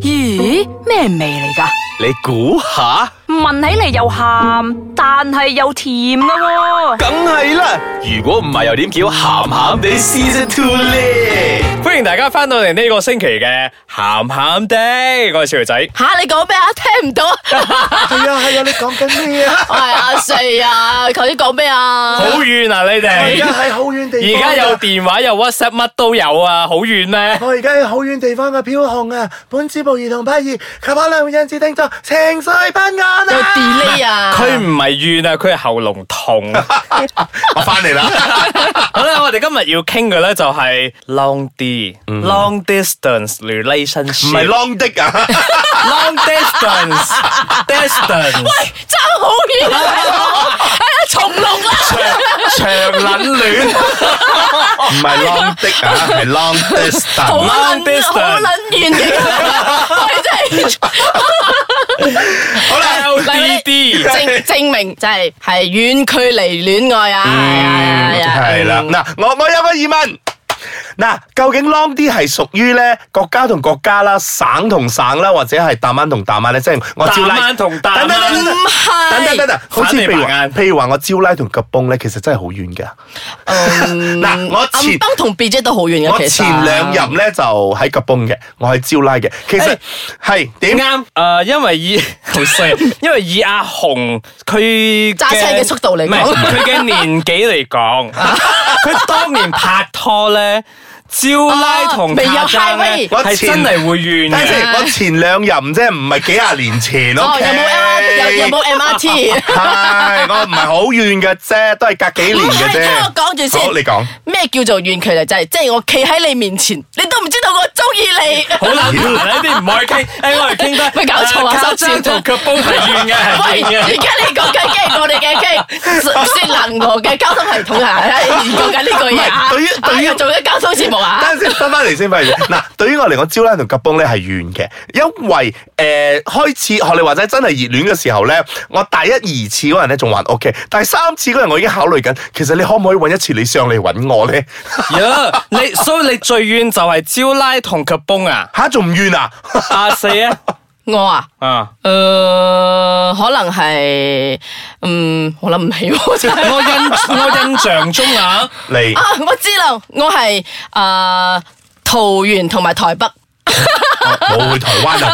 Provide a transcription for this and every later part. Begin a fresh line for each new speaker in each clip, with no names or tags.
咦，咩味嚟噶？
你估下，
聞起嚟又鹹，但係又甜噶喎、
梗係啦。如果唔係，又點叫鹹鹹地 Season Two 咧？
歡迎大家翻到嚟呢個星期嘅鹹鹹哋，我係小肥仔。
吓，你講咩啊？聽唔到，
係啊係啊，你講緊咩啊？
我係阿四啊，頭先講咩啊
好？遠啊，你
我而家
哋！
喺好遠地
而
方㗎
家有電話有 WhatsApp 乜都有啊，好遠咩？
我而家喺好遠地方嘅飄紅啊！本節目兒童不宜，及可能會引致聽眾情緒不安
有
啊！
delay 啊？
佢唔係遠啊，佢係喉嚨痛。
我翻 嚟啦，
好啦，我哋今日要傾嘅咧就係 long D、long distance
唔
relationship，
係 long 的啊，
long distance distance
爭好遠啊！哎呀，重錄啦！
長撚戀
唔係 long 的啊，係 long
好
distance。
Long
撚
distance
好撚 遠嘅，佢真係
好啦，
LDD。
證證明就係係遠距離戀愛
嗯
啊！係啊係啊係啊
係啦，嗱，我我有個疑問。嗱，究竟 long 啲係屬於咧國家同國家啦、省同省啦，或者係大晚同大晚咧？即係我招拉
大晚同大晚
等等等等
唔係
等等等等，好似譬如
反你白
話
眼
譬如話我招拉同吉崩咧，其實真係好遠㗎。
嗯
嗱我前
暗崩同 B J 都好遠
我
嘅，其實
前兩任咧就喺吉崩嘅，我喺招拉嘅。其實係點？
啱，誒，因為以 好衰，因為以阿紅佢
揸車嘅速度嚟講
唔係佢嘅年紀嚟 講，佢當年拍拖咧，招拉同
哦未有
卡爭咧
highway
我
係
前
真係會遠
等陣
嘅。
先我前兩任啫，唔係幾廿年前。
哦，
OK？
有冇 L 有有冇 M R T？
係，我唔係好遠嘅啫，都係隔幾年嘅啫。
唔係聽我講住先
好，你講。
咩叫做遠距離？就係即係我企喺你面前，你都唔知道我中意你。
好啦，呢啲唔可以傾，誒，我哋傾得。
咪搞錯啊
卡
收線
爭同腳煲係遠嘅，係
喂，
遠
而
嘅。
家你講緊嘅，我哋嘅嘅雪蘭莪嘅交通系統啊，研究緊呢句嘢
唔
啊
係對於對於
啊做緊交通節目啊，
等陣先，翻翻嚟先， 翻嚟先。嗱，對於我嚟講，招拉同夾崩咧係遠嘅，因為誒、呃、開始學你話齋真係熱戀嘅時候咧，我第一二次嗰人咧仲還 OK，但係三次嗰人我已經考慮緊，其實你可唔可以揾一次你上嚟揾我咧？
呀，你所以你最遠就係招拉同腳煲 啊，
吓仲唔遠 啊？
阿四啊，
我啊。
啊。
誒、呃可能係，嗯，我諗唔起喎 真
我
係
印我印象中 啊，
嚟
啊，我知啦，我係誒、呃桃園同埋台北，
冇去台灣啊？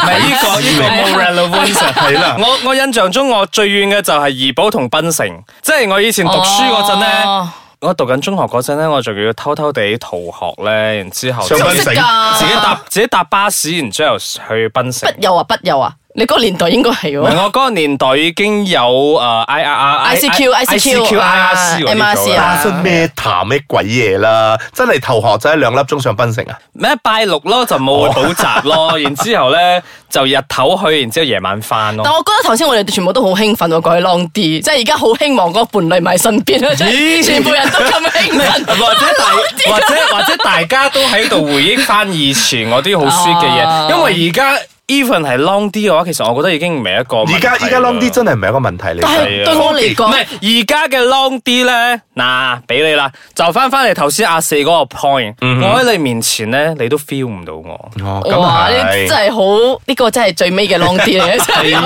唔係呢個呢個冇 relevance 啊
係啦。
我我印象中我最遠嘅就係怡保同檳城，即係我以前讀書嗰陣咧，
哦
我讀緊中學嗰陣咧，我仲要偷偷地逃學咧，然之後
上
都
檳
識
城
㗎，
自己搭自己搭巴士，然之後去檳城
筆。友啊筆友啊，你嗰個年代應該係
唔
喎
係。我嗰個年代已經有誒 I R R
ICQ
ICQ IRC 嗰啲咗
MRC
啦
啊
發生咩談咩鬼嘢啦？真係投學仔兩粒鐘上檳城啊！
咩拜六咯就冇去補習咯，然之後咧就日頭去，然之後夜晚翻
但
咯。
我覺得頭先我哋全部都好興奮喎，講起 long 啲，即係而家好希望嗰個伴侶埋身邊啊！即係
咦
全部人都咁興 奮，
或者 大
啊
或者或者大家都喺度回憶翻以前我啲好 sweet 嘅
哦
嘢，因為而家 even 係 long 啲嘅話，其實我覺得已經唔係一個問題啦
而家而家 long 啲真係啊唔係一個問題嚟
但
㗎。
係對我嚟
啊唔
講，
係而家嘅 long 啲咧，嗱俾你啦，就翻翻嚟頭先阿四嗰個 point，我喺你面前咧，你都 feel 唔到我。
嗯哦，咁
哇！呢
係
真係好，呢個真係最尾嘅 long 啲嚟嘅，真係
啊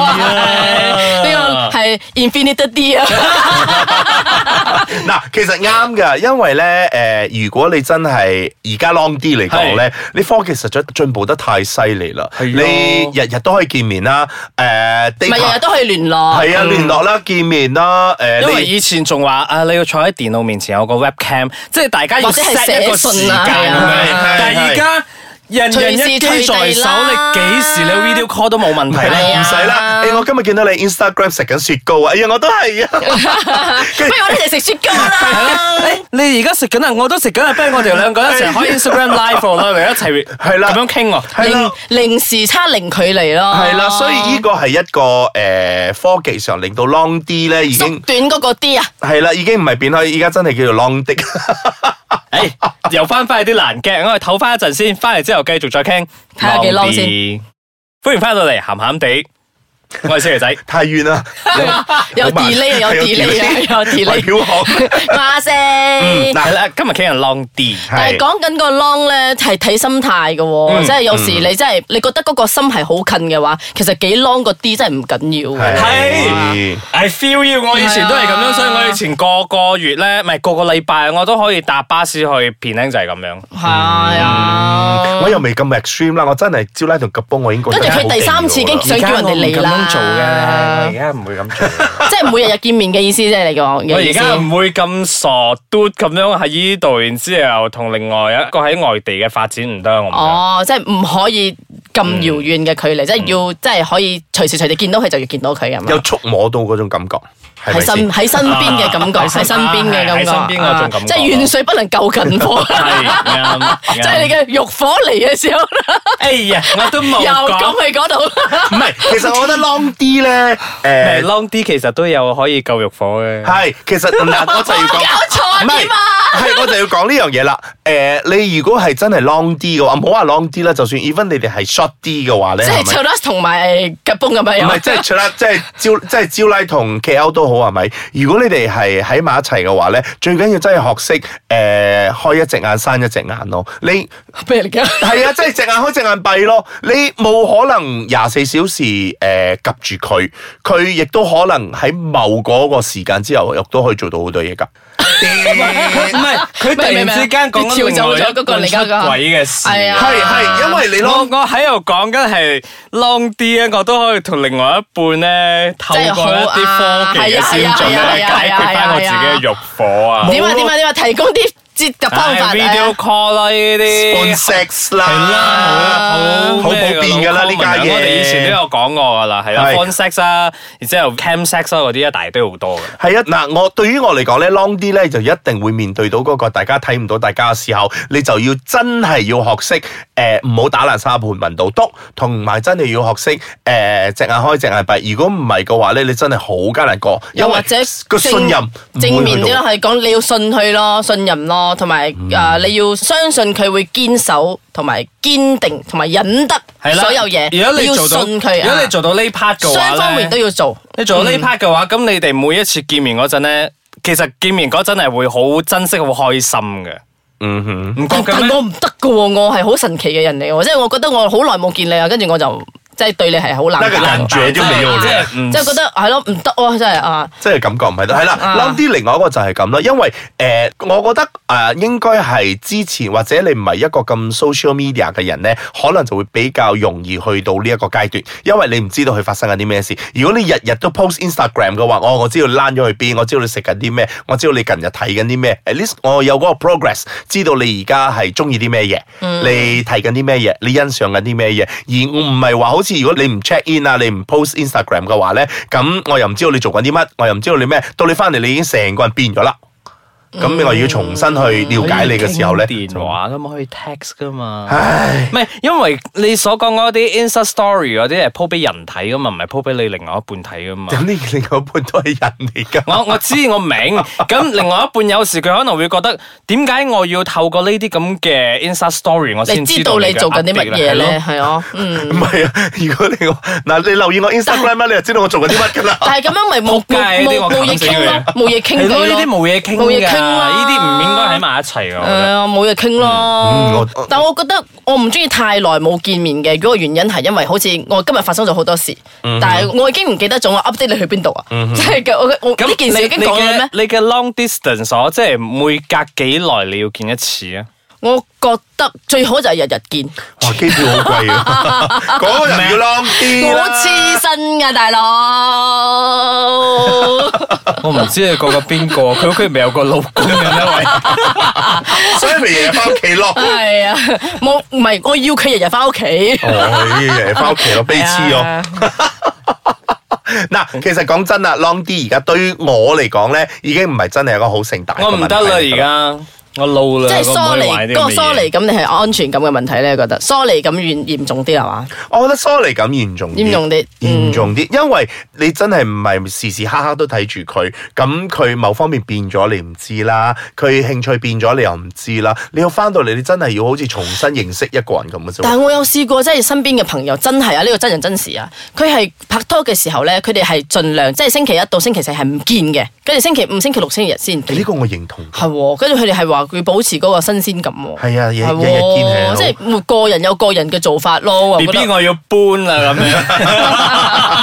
呢個係 infinite 啲啊！
嗱，其實啱㗎，因為咧，誒、如果你真係而家 long 啲嚟講咧，你科技實在進步得太犀利啦。
係啊
你日日都可以見面啦，誒、地
唔係日日都可以聯絡，
係啊，聯絡啦，見面啦，誒、
因為
你
以前仲話啊，你要坐喺電腦面前有個 webcam，即係大家要
或者係
set 一個
寫
時
信
間
啊
咁
係啊
樣。但
係
係而家人人一機在
隨時隨地
手，
啦
你幾時你 video call 都冇問題
係
啦。
唔
啊
使啦。誒、哎我今日見到你 Instagram 食緊雪糕啊，哎呀，我都係啊，
不如我哋一齊食雪糕
係
啦！
啦，誒你而家食緊啊，我都食緊啊，不如我哋兩個一齊開 Instagram live 喎我哋一齊
係啦
咁樣傾喎。
係啦
零。零時差零距離咯，
係啦，所以呢個係一個誒、科技上令到 long 啲咧，已
縮
經
短嗰個啲啊！
係啦，已經唔係變開，依家真係叫做 long 的。
誒，又翻翻去啲難嘅，我哋唞翻一陣先，翻嚟之後繼續再傾。
睇下幾 long
啲歡迎翻到嚟，鹹鹹地。我係星期 仔。
太遠啦，
有
好慢
delay 啊有 delay 啊有 delay
喂飄航
哇塞！嗯
嗱啦，今日傾人 long 啲，
但
係
係
嗯
講緊個 long 咧係睇心態嘅喎，即係有時你真係你覺得嗰個心係好近嘅話，其實幾 long 個 D 真係唔緊要嘅。
係 I feel you，我以前
啊
都係咁樣，所以我以前個個月咧，唔係個個禮拜我都可以搭巴士去片靚，就係咁樣。
係啊，
我又未咁 extreme 啦，我真係招拉同吉邦，我已經覺
跟
得
住佢第三次已經想叫人哋嚟啦。
而家我唔咁樣做嘅，我而家唔會咁做。
即係每日日見面嘅意思，即係你講
我
嘅
而
意思。
家唔會咁傻嘟咁樣喺呢度，然之後同另外一個喺外地嘅發展唔得，我唔得。
哦，即係唔可以咁遙遠嘅距離，即係要即係可以隨時隨地見到佢就要見到佢
有
咁樣。
觸摸到嗰種感覺，係咪
喺身
先？
喺身邊嘅感覺，
啊
喺身邊嘅感
喺
覺，
身邊嗰種感覺
啊即係遠水不能救 近火，
係啱，
即係你
嘅。
嘅欲火嚟嘅時候，
哎呀，我都冇
又
講
咁。去 嗰度。
唔係，其實我覺得 long 啲咧，
誒
誒。
long 啲其實都有可以救肉火嘅。
係，其 實嗱，我就要講，
搞錯
唔係
添啊，
係我就要講呢樣嘢啦。誒，你如果係真係 long 啲嘅話，唔好話 long 啲啦，就算 even 你哋係 short 啲嘅話咧，
即係
係咪
c h 同埋吉崩咁樣
唔係，即係除 啦，即係招，即係招拉同 KL 都好係咪？如果你哋係喺埋一齊嘅話咧，最緊要真係學識誒、呃、開一隻眼閂一隻眼咯。你
咩嚟㗎？
係 啊，即係隻眼開隻眼閉咯。你冇可能廿四小時誒夾住佢，佢亦都可能喺某嗰個時間之後，亦都可以做到好多嘢㗎。
唔係，佢突然之間講緊另外一個出軌嘅事。
係啊
係係，因為你
我
咯。
我喺度講緊係 long 啲咧，我都可以同另外一半咧透過一啲科技嘅先進咧解決翻我自己嘅慾火啊！
點啊點啊點啊！提供啲接入方法啊
video call 啦呢啲
phone。sex 啦，
係啦，啊好好
啊好普遍㗎啦呢家嘢
我哋以前都有講過㗎啦，係啦
係
，phone sex 啊，然之後 cam sex 啊嗰啲一大堆好多㗎。
係啊，嗱，我對於我嚟講咧，long 啲咧就一定會面對到嗰個大家睇唔到大家嘅時候，你就要真係要學識誒唔好打爛沙盤問到篤，同埋真係要學識誒呃隻眼開隻眼閉。如果唔係嘅話咧，你真係好艱難過，因
又
為
或者
個
正
信任唔
正
會
面
去
啲
到
咯，係講你要信佢咯，信任咯，同埋誒你要相信佢會堅守，同埋堅定，同埋忍得
係啦，
所有嘢。
如果
你
你
要
做到，
信佢啊，
如果你做到呢 part 嘅話
雙
咧
方面都要做。
你做到呢 part 嘅話，咁你哋每一次見面嗰陣咧，其實見面嗰陣係會好珍惜、好開心嘅，
嗯哼。
唔覺
但
嘅
但
咩？
我唔得㗎喎，我係好神奇嘅人嚟喎，即係我覺得我好耐冇見你啊，跟住我就即係對你係好冷
那個
淡
感
喎，
覺就沒有了
即係唔
即係覺得係咯唔得喎，真係啊，
即係感覺唔係得，係啦。
啊
諗啲另外一個就係咁啦，因為誒、呃我覺得誒、呃、應該係之前或者你唔係一個咁 social media 嘅人咧，可能就會比較容易去到呢一個階段，因為你唔知道佢發生緊啲咩事。如果你日日都 post Instagram 嘅話，我哦我知道躝咗去邊，我知道你食緊啲咩，我知道你近日睇緊啲咩。at least 我有嗰個 progress，知道你而家係中意啲咩嘢，
嗯
你睇緊啲咩嘢，你欣賞緊啲咩嘢。而我唔係話好似如果你唔 check in 啊，你唔 post Instagram 嘅話咧，咁我又唔知道你做緊啲乜，我又唔知道你咩。到你翻嚟，你已經成個人變咗啦。咁
嗯
你話要重新去了解你嘅時候咧，
電話咁可以 text 噶嘛？
唉，
唔係，因為你所講嗰啲 Insta Story 嗰啲係 po 俾人睇噶嘛，唔係 po 俾你另外一半睇噶嘛。
咁呢另外一半都係人嚟㗎。
我我知我明，咁另外一半有時佢可能會覺得點解我要透過呢啲咁嘅 Insta Story 我
你
先
知
知
道
道
你
嘅
做緊啲乜
update 啦係
嘢？咧？
咯
係啊，嗯。
唔係啊，如果你我嗱，你留意我 Instagram 啊啦，你就知道我做緊啲乜㗎 啦。
但係咁樣咪
仆
冇
街
冇
呢個
冇冇嘢
咁死
傾咯，
嘅
冇嘢傾
係
偈
咯，
咯。
呢啲冇嘢傾㗎，
冇嘢傾啦
呢啲唔應該喺埋一齊㗎。我覺得
誒冇嘢傾
嗯
咯
我我，
但我覺得我唔中意太耐冇見面嘅，如果個原因係因為好似我今日發生咗好多事，
嗯
但係我已經唔記得咗我 update 你去邊度啊，即係嘅我我呢件事已經講咗咩？
你嘅你嘅 long distance 哦，即係每隔幾耐你要見一次啊？
我覺得最好就係日日見，
哇，機票好貴 啊！嗰個人要 long 啲
我
啦。
黐身㗎 大佬，
我唔知你個個邊個，佢屋企咪有個老公嘅咩？喂，
所以咪日日翻屋企咯。
係啊，冇唔係我要佢日日翻屋企。
哦，日日翻屋企咯，悲痴
係
哦。
啊
嗱，其實講真啦，long 啲而家對於我嚟講咧，已經唔係真係一個好盛大 嘅
我唔得
問題嚟㗎
啦，而。家我老啦，
即係疏
我唔可以
離
玩呢啲
嗰
咁
個
嘅
疏
嘢
離感，你係安全感嘅問題咧？你覺得疏離感嚴嚴重啲係嘛？
我覺得疏離感嚴重啲，
嚴重啲嗯
嚴重啲，因為你真係唔係時時刻刻都睇住佢，咁佢某方面變咗你唔知啦，佢興趣變咗你又唔知啦，你要翻到嚟你真係要好似重新認識一個人咁嘅啫
但
喎。
係我有試過，即係身邊嘅朋友真係啊，呢個真人真事啊，佢係拍拖嘅時候咧，佢哋係盡量即係星期一到星期四係唔見嘅，跟住星期五、星期六、星期日先
誒
見
呢。個我認同。
係喎，跟住佢哋係話佢保持嗰個新鮮感喎。
係啊日
係喎
日日見係好
即係個人有個人嘅做法咯。我覺
B
得
B 我要搬啦 咁樣。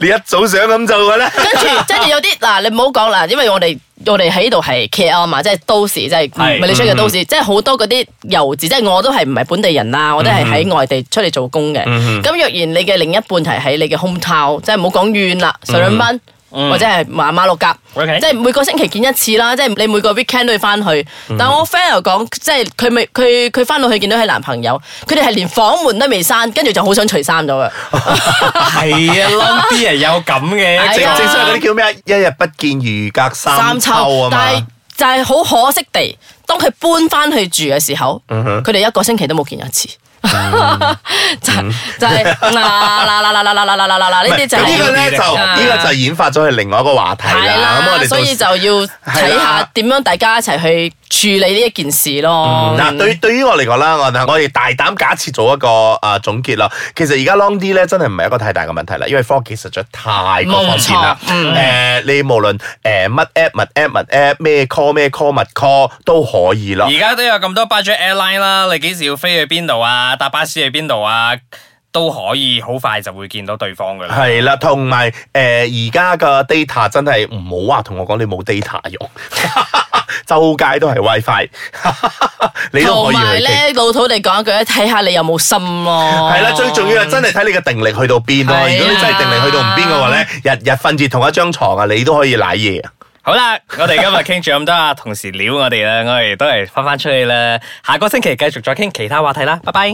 你一早想咁做嘅咧？
跟 住跟住有啲嗱，你唔好講啦，因為我哋我哋喺度係 K L 嘛，即係都市，即係
係嗯
Malaysia 嘅都市，即係好多嗰啲遊子，即係我都係唔係本地人啦，我都
嗯
係喺外地出嚟做工嘅。咁若然你嘅另一半係喺你嘅 home town，即係唔好講遠啦，上兩班。
嗯
或者係馬馬六甲
OK
即係每個星期見一次啦，即係你每個 weekend 都要翻去。
嗯
但我 friend 又講，即係佢未佢佢翻到去見到佢男朋友，佢哋係連房門都未閂，跟住就好想除衫咗嘅。
系啊，冧啲人有咁嘅，
係
正
啊
正所謂嗰啲叫咩啊？一日不見如隔三秋啊
但係
嘛。
就係好可惜地，當佢搬翻去住嘅時候，佢哋、一個星期都冇見一次。就係就係嗱嗱嗱嗱嗱嗱嗱嗱嗱嗱呢啲就
咁呢個
係
咧就
啊
呢個就演發咗去另外一個話題
係
啦。咁我
啦，
哋
所以就
到
要睇
係
下
啦
點樣大家一齊去處理呢一件事咯。
嗱，對對於我嚟講啦，我嗱我哋大膽假設做一個啊總結啦。其實而家 long D 咧真係唔係一個太大嘅問題啦，因為科技實在太過方便啦。
冇錯嗯
誒，你無論誒乜 app 乜 app 乜 app 咩 call 咩 call 乜 call 都可以 咯。
而家都有咁多 budget airline 啦，你幾時要飛去邊度啊？搭巴士去邊度啊？都可以好快就會見到對方噶啦。
係啦，同埋誒而家嘅 data 真係唔好話同我講你冇 data 用， 周街都係 WiFi，你都可
同
以
埋
去傾。
咧，老土地講一句咧，睇下你有冇心咯。
係啦，最重要係真係睇你嘅定力去到邊咯。
哦係啊
如果你真係定力去到唔邊嘅話咧，日日瞓住同一張床啊，你都可以舐嘢。
好啦，我哋今日傾住咁多啊，同時撩我哋啦，我哋都係翻翻出去啦。下個星期繼續再傾其他話題啦，拜拜。